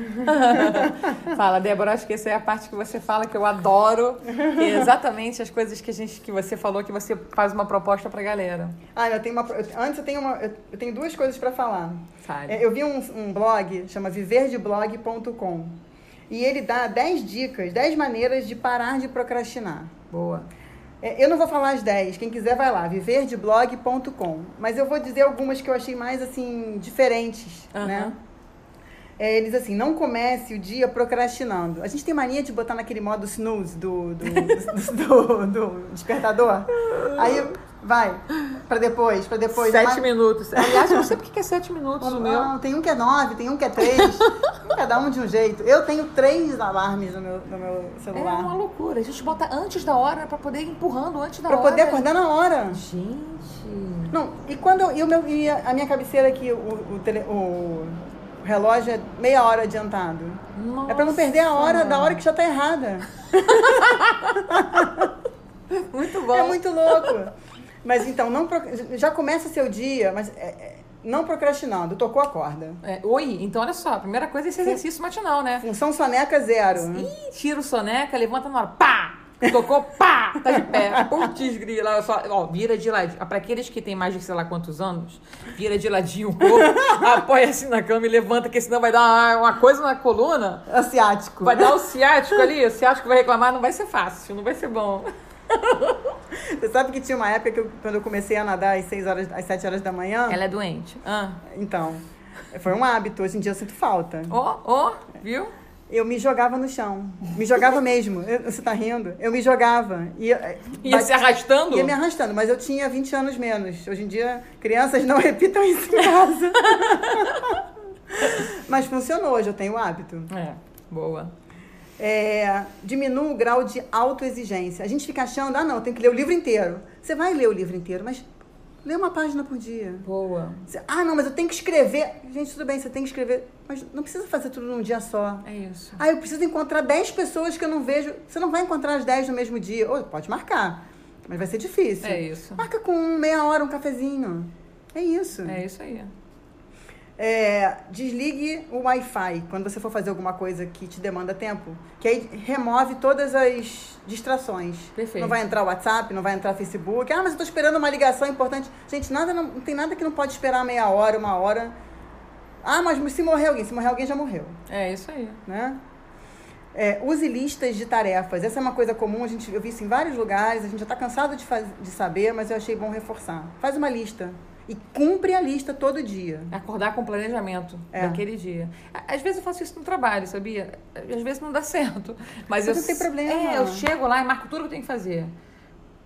Fala, Débora, acho que essa é a parte que você fala que eu adoro. que é exatamente as coisas que a gente que você falou que você faz uma proposta pra galera.
Ah, eu tenho uma. pro- eu- antes eu tenho uma. Eu eu tenho duas coisas para falar.
Sabe?
É, Eu vi um, um blog, chama viverdeblog.com, e ele dá 10 dicas, 10 maneiras de parar de procrastinar.
Boa.
É, Eu não vou falar as 10, quem quiser vai lá, viverdeblog.com, mas eu vou dizer algumas que eu achei mais, assim, diferentes,
Aham.
né? É, eles assim, não comece o dia procrastinando. A gente tem mania de botar naquele modo snooze do, do, do- do- do despertador. Aí vai, pra depois, pra depois.
sete
Mas-
minutos. Aliás, eu não sei porque que é sete minutos o meu.
não, tem um que é nove, tem um que é três. cada um de um jeito. Eu tenho três alarmes no meu, no meu
É
celular.
uma loucura. A gente bota antes da hora pra poder ir empurrando antes da
Pra
hora.
poder acordar na hora.
Gente.
Não, e quando eu, e o meu, e a a minha cabeceira aqui, o, o tele- o relógio é meia hora adiantado.
Nossa.
É pra não perder a hora da hora que já tá errada.
Muito bom.
É muito louco. Mas então, não pro- já começa seu dia, mas é- é, não procrastinando, tocou a corda.
É, oi, então olha só, a primeira coisa é esse exercício matinal, né?
Função soneca zero.
Ih, tira o soneca, levanta na hora, pá! Tocou, pá! Tá de pé. Putz, grila, olha só, ó, vira de ladinho. Pra aqueles que têm mais de sei lá quantos anos, vira de ladinho o corpo, apoia assim na cama e levanta, que senão vai dar uma, uma coisa na coluna,
Asiático.
vai dar o ciático ali, o ciático vai reclamar, não vai ser fácil, não vai ser bom.
Você sabe que tinha uma época que eu- quando eu comecei a nadar às 6 horas, às 7 horas da manhã?
Ela é doente. Ah.
Então, foi um hábito. Hoje em dia eu sinto falta.
Ó, ó, viu?
Eu me jogava no chão. Me jogava mesmo. Eu- você tá rindo? Eu me jogava. E, eh,
Ia se arrastando?
ia me arrastando, mas eu tinha 20 anos menos. Hoje em dia, crianças não repitam isso em casa. mas funcionou, hoje eu tenho o hábito.
É, boa.
É, diminua o grau de autoexigência. A gente fica achando, ah não, eu tenho que ler o livro inteiro. Você vai ler o livro inteiro, mas lê uma página por dia.
Boa.
Você- Ah, não, mas eu tenho que escrever. Gente, tudo bem, você tem que escrever, mas não precisa fazer tudo num dia só.
É isso.
Ah, eu preciso encontrar 10 pessoas que eu não vejo. Você não vai encontrar as 10 no mesmo dia. Ou pode marcar, mas vai ser difícil.
É isso.
Marca com meia hora um cafezinho. É isso.
É isso aí.
É, desligue o Wi-Fi quando você for fazer alguma coisa que te demanda tempo. Que aí remove todas as distrações.
Perfeito.
Não vai entrar o WhatsApp, não vai entrar o Facebook. Ah, mas eu tô esperando uma ligação importante. Gente, nada não, não tem nada que não pode esperar meia hora, uma hora. Ah, mas se morrer alguém, se morrer alguém já morreu,
É isso aí.
né? É, use listas de tarefas. Essa é uma coisa comum, a gente, eu vi isso em vários lugares, a gente já está cansado de, faz- de saber, mas eu achei bom reforçar. Faz uma lista e cumpre a lista todo dia.
Acordar com planejamento
É.
daquele dia. Á- Às vezes eu faço isso no trabalho, sabia? Às vezes não dá certo. Mas
Mas
eu
não tem
s-
problema.
É, eu chego lá e marco tudo que eu tenho que fazer.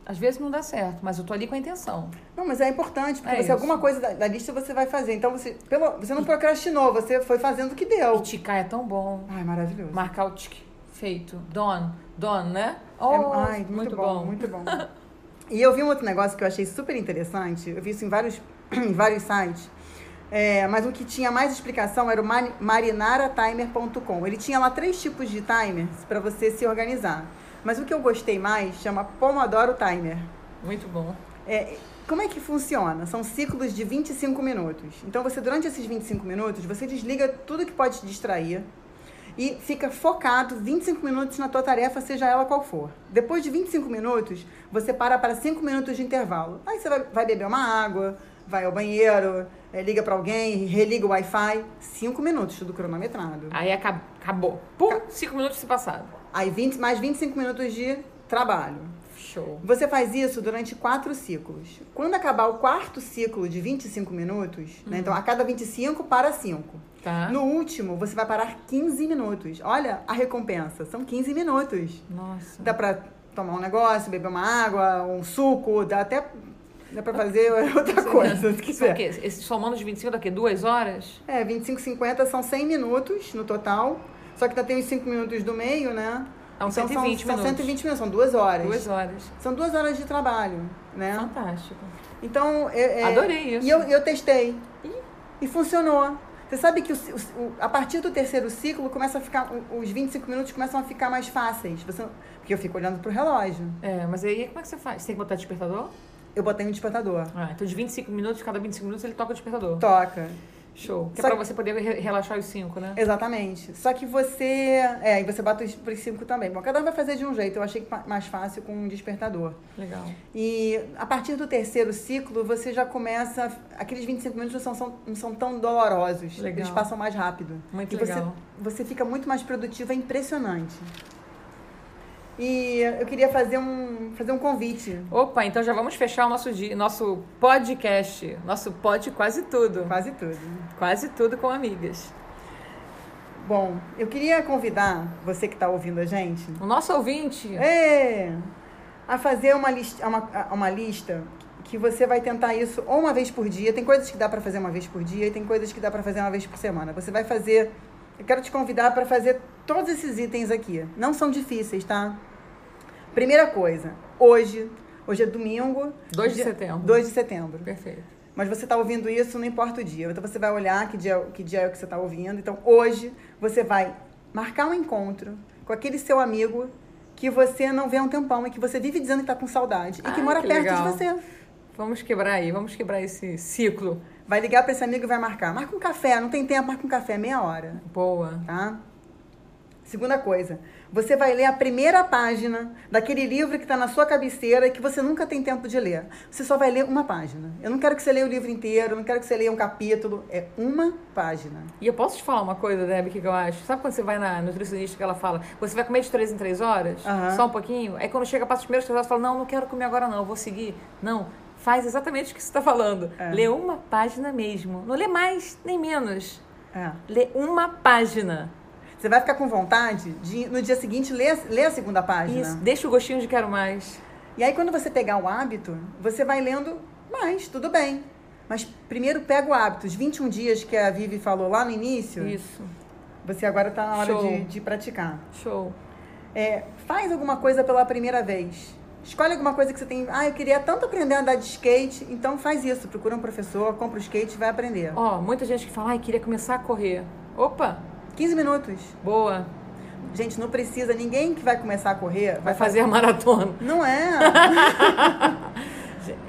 Às vezes não dá certo, mas eu tô ali com a intenção.
Não, mas é importante, porque
É
você-
isso.
alguma coisa da, da lista você vai fazer. Então você, pelo, você não procrastinou, você foi fazendo o que
E
deu.
ticar é tão bom.
Ai, maravilhoso.
Marcar o tique. Feito. Don. Don, né?
É-
Oh,
ai, muito, bom, muito bom. e eu vi um outro negócio que eu achei super interessante, eu vi isso em vários, em vários sites. É, mas o que tinha mais explicação era o mari- marinaratimer.com. Ele tinha lá três tipos de timers para você se organizar. Mas o que eu gostei mais chama Pomodoro Timer.
Muito bom.
É, como é que funciona? São ciclos de 25 minutos. Então você durante esses 25 minutos, você desliga tudo que pode te distrair e fica focado 25 minutos na tua tarefa, seja ela qual for. Depois de 25 minutos, você para para 5 minutos de intervalo. Aí você vai, vai beber uma água, vai ao banheiro, é, liga para alguém, religa o Wi-Fi, 5 minutos, tudo cronometrado.
Aí acab- acabou. Pum, cinco minutos se passaram.
Aí 20, mais 25 minutos de trabalho.
Show.
Você faz isso durante quatro ciclos. Quando acabar o quarto ciclo de 25 minutos, né, então a cada 25 para 5.
Tá.
No último, você vai parar 15 minutos. Olha a recompensa, são 15 minutos.
Nossa.
Dá pra tomar um negócio, beber uma água, um suco, dá até dá pra fazer outra coisa, se
Isso é o
quiser.
quê? Esse somando de 25 daqui duas horas?
É, 25, 50 são 100 minutos no total. Só que ainda tem os 5 minutos do meio, né?
Então,
são,
120
são,
minutos.
São 120 minutos, são duas horas.
Duas horas.
São duas horas de trabalho, né?
Fantástico.
Então, é, é-
Adorei isso.
E eu, eu testei. E funcionou. Você sabe que o ci- o- o- a partir do terceiro ciclo começa a ficar. o- Os 25 minutos começam a ficar mais fáceis. Você, porque eu fico olhando pro relógio.
É, mas aí como é que você faz? Você tem que botar despertador?
Eu botei um despertador.
Ah, então de 25 minutos, cada 25 minutos ele toca o despertador.
Toca.
Show. Que
Só
é pra
que-
você poder re- relaxar os cinco, né?
Exatamente. Só que você. É, e você bota os pros cinco também. Bom, cada um vai fazer de um jeito. Eu achei que pa- mais fácil com um despertador.
Legal.
E a partir do terceiro ciclo, você já começa. Aqueles 25 minutos não são, são- não são tão dolorosos.
Legal.
Eles passam mais rápido.
Muito
e
legal.
Você, você fica muito mais produtivo, é impressionante. E eu queria fazer um, fazer um convite.
Opa, então já vamos fechar o nosso, di- nosso podcast. Nosso pod quase tudo.
Quase tudo.
Quase tudo com amigas.
Bom, eu queria convidar você que está ouvindo a gente
O nosso ouvinte.
é, a fazer uma, lis- uma, a- uma lista que você vai tentar isso ou uma vez por dia. Tem coisas que dá para fazer uma vez por dia e tem coisas que dá para fazer uma vez por semana. Você vai fazer. Eu quero te convidar para fazer todos esses itens aqui. Não são difíceis, tá? Primeira coisa, hoje, hoje é domingo.
2 de
dia-
setembro.
2 de setembro.
Perfeito.
Mas você está ouvindo isso, não importa o dia. Então você vai olhar que dia, que dia é que você está ouvindo. Então hoje você vai marcar um encontro com aquele seu amigo que você não vê há um tempão e que você vive dizendo que está com saudade e que
Ai,
mora
que
perto
legal.
de você.
Vamos quebrar aí, vamos quebrar esse ciclo.
Vai ligar para esse amigo e vai marcar. Marca um café, não tem tempo, marca um café, meia hora,
Boa.
tá? Segunda coisa, você vai ler a primeira página daquele livro que está na sua cabeceira e que você nunca tem tempo de ler. Você só vai ler uma página. Eu não quero que você leia o livro inteiro, eu não quero que você leia um capítulo. É uma página.
E eu posso te falar uma coisa, Deb, que que eu acho? Sabe quando você vai na nutricionista que ela fala, você vai comer de três em três horas?
Aham.
Só um pouquinho? Aí quando chega, passa os primeiros três horas, fala, não, não quero comer agora não, eu vou seguir. Não, faz exatamente o que você está falando. Lê uma página mesmo. Não lê mais, nem menos.
É.
Lê uma página.
Você vai ficar com vontade de, no dia seguinte, ler, ler a segunda página.
Isso, deixa o gostinho de quero mais.
E aí, quando você pegar o hábito, você vai lendo mais, tudo bem. Mas primeiro pega o hábito. Os 21 dias que a Vivi falou lá no início,
Isso,
você agora está na hora
Show.
de, de praticar.
show.
É, faz alguma coisa pela primeira vez. Escolhe alguma coisa que você tem. Ah, eu queria tanto aprender a andar de skate. Então faz isso. Procura um professor, compra o skate e vai aprender.
Ó, muita gente que fala, ai, queria começar a correr. Opa,
15 minutos.
boa,
Gente, não precisa. Ninguém que vai começar a correr
vai
vai.
fazer a maratona.
Não é?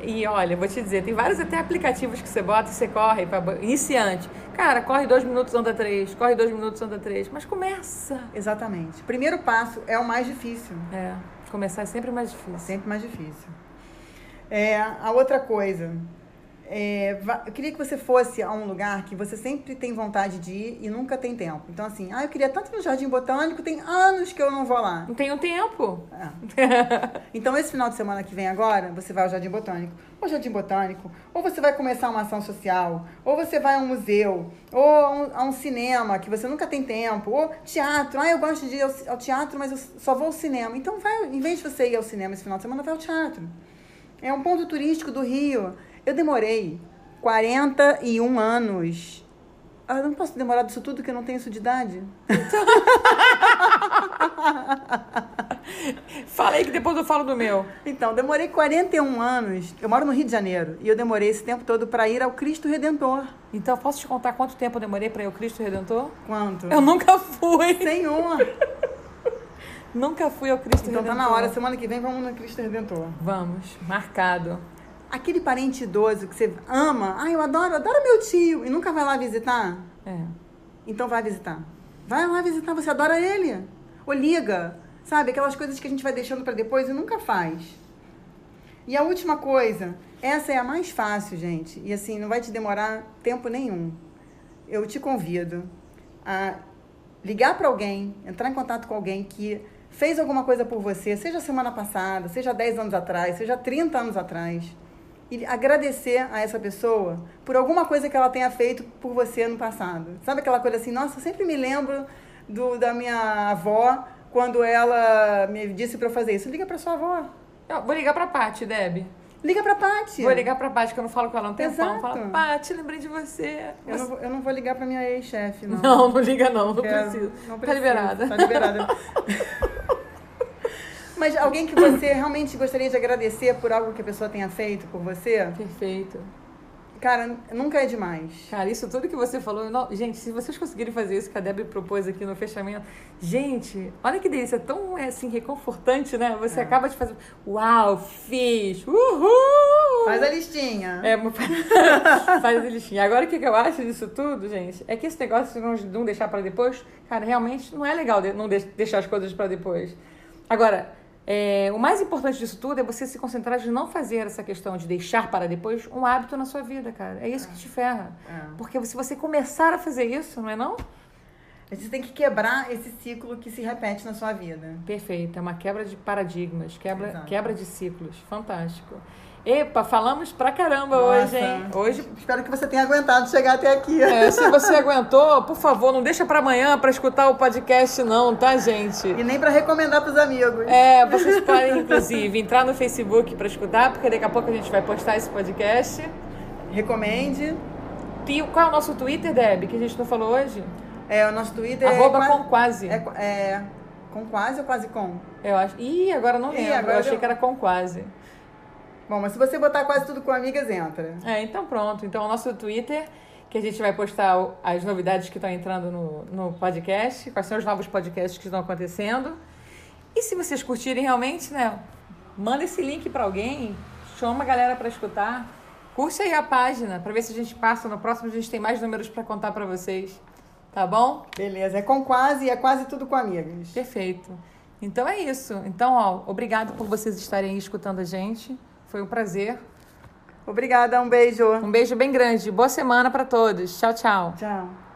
E olha, vou te dizer, tem vários até aplicativos que você bota e você corre para iniciante. Cara, corre dois minutos, anda três, corre dois minutos, anda três. Mas começa.
Exatamente. Primeiro passo é o mais difícil.
É, começar é sempre mais
É
difícil.
sempre mais difícil. É, a outra coisa. é, va- eu queria que você fosse a um lugar que você sempre tem vontade de ir e nunca tem tempo. Então, assim, ah, eu queria tanto ir no Jardim Botânico, tem anos que eu não vou lá.
Não tem um tempo.
Ah. Então, esse final de semana que vem agora, você vai ao Jardim Botânico. Ou Jardim Botânico, ou você vai começar uma ação social, ou você vai a um museu, ou a um, a um cinema que você nunca tem tempo, ou teatro. Ah, eu gosto de ir ao, ci- ao teatro, mas eu só vou ao cinema. Então, vai, em vez de você ir ao cinema esse final de semana, vai ao teatro. É um ponto turístico do Rio. Eu demorei 41 anos. Ah, eu não posso demorar disso tudo, que eu não tenho isso de idade.
Fala aí que depois eu falo do meu.
Então, demorei 41 anos. Eu moro no Rio de Janeiro e eu demorei esse tempo todo para ir ao Cristo Redentor.
Então, posso te contar quanto tempo eu demorei para ir ao Cristo Redentor?
Quanto?
Eu nunca fui.
Senhor!
Nunca fui ao Cristo
Então
Redentor.
tá na hora, semana que vem vamos no Cristo Redentor.
Vamos, marcado.
Aquele parente idoso que você ama, ai, eu adoro, adoro meu tio, e nunca vai lá visitar?
É.
Então vai visitar. Vai lá visitar, você adora ele. Ou liga, sabe? Aquelas coisas que a gente vai deixando pra depois e nunca faz. E a última coisa, essa é a mais fácil, gente. E assim, não vai te demorar tempo nenhum. Eu te convido a ligar pra alguém, entrar em contato com alguém que fez alguma coisa por você, seja semana passada, seja 10 anos atrás, seja 30 anos atrás, e agradecer a essa pessoa por alguma coisa que ela tenha feito por você no passado. Sabe aquela coisa assim, nossa, eu sempre me lembro do, da minha avó quando ela me disse para eu fazer isso. Liga para sua avó.
Eu vou ligar pra Paty, Deb.
Liga para Paty.
Vou ligar pra Paty, que eu não falo com ela há um tempão.
Exato.
Fala, Paty, lembrei de você.
Eu não, vou- eu não vou ligar para minha ex-chefe, não.
Não, não liga não, não
Quero-
preciso.
não
Tá
preciso.
liberada.
Tá liberada. Mas alguém que você realmente gostaria de agradecer por algo que a pessoa tenha feito por você,
Perfeito.
cara, nunca é demais.
Cara, isso tudo que você falou, eu não- gente, se vocês conseguirem fazer isso que a Deb propôs aqui no fechamento, gente, olha que delícia, é tão é, assim reconfortante, né?
É.
Você acaba de fazer, uau, fiz, uhul!
Faz a listinha.
É, mo- faz a listinha. Agora, o que que eu acho disso tudo, gente, é que esse negócio de não, de não deixar pra depois, cara, realmente não é legal de- não de- deixar as coisas pra depois. Agora, é, o mais importante disso tudo é você se concentrar de não fazer essa questão de deixar para depois um hábito na sua vida, cara. É isso que te ferra.
É.
Porque se você começar a fazer isso, não é não?
Você tem que quebrar esse ciclo que se repete na sua vida.
Perfeito, é uma quebra de paradigmas, quebra,
Exato.
quebra de ciclos. Fantástico. Epa, falamos pra caramba hoje, hein?
Nossa.
Hoje
Espero que você tenha aguentado chegar até aqui.
É, se você aguentou, por favor, não deixa pra amanhã pra escutar o podcast não, tá, gente?
E nem para recomendar pros amigos.
É, vocês podem, inclusive, entrar no Facebook pra escutar, porque daqui a pouco a gente vai postar esse podcast.
Recomende.
E qual é o nosso Twitter, Deb, que a gente não falou hoje?
É, o nosso Twitter
Arroba
é,
com quase.
é, qua- é com quase ou quase com?
Eu acho. Ih, agora eu não
Ih,
lembro.
agora
eu achei
deu-
que era com quase.
Bom, mas se você botar quase tudo com amigas, entra.
É, então pronto. Então o nosso Twitter, que a gente vai postar o- as novidades que estão entrando no, no podcast, quais são os novos podcasts que estão acontecendo. E se vocês curtirem realmente, né, manda esse link pra alguém, chama a galera pra escutar, curte aí a página pra ver se a gente passa no próximo, a gente tem mais números pra contar pra vocês, tá bom?
Beleza, é com quase e é quase tudo com amigas.
Perfeito. Então é isso. Então, ó, obrigado por vocês estarem aí escutando a gente. Foi um prazer.
Obrigada, um beijo.
Um beijo bem grande. Boa semana pra todos. Tchau, tchau.
Tchau.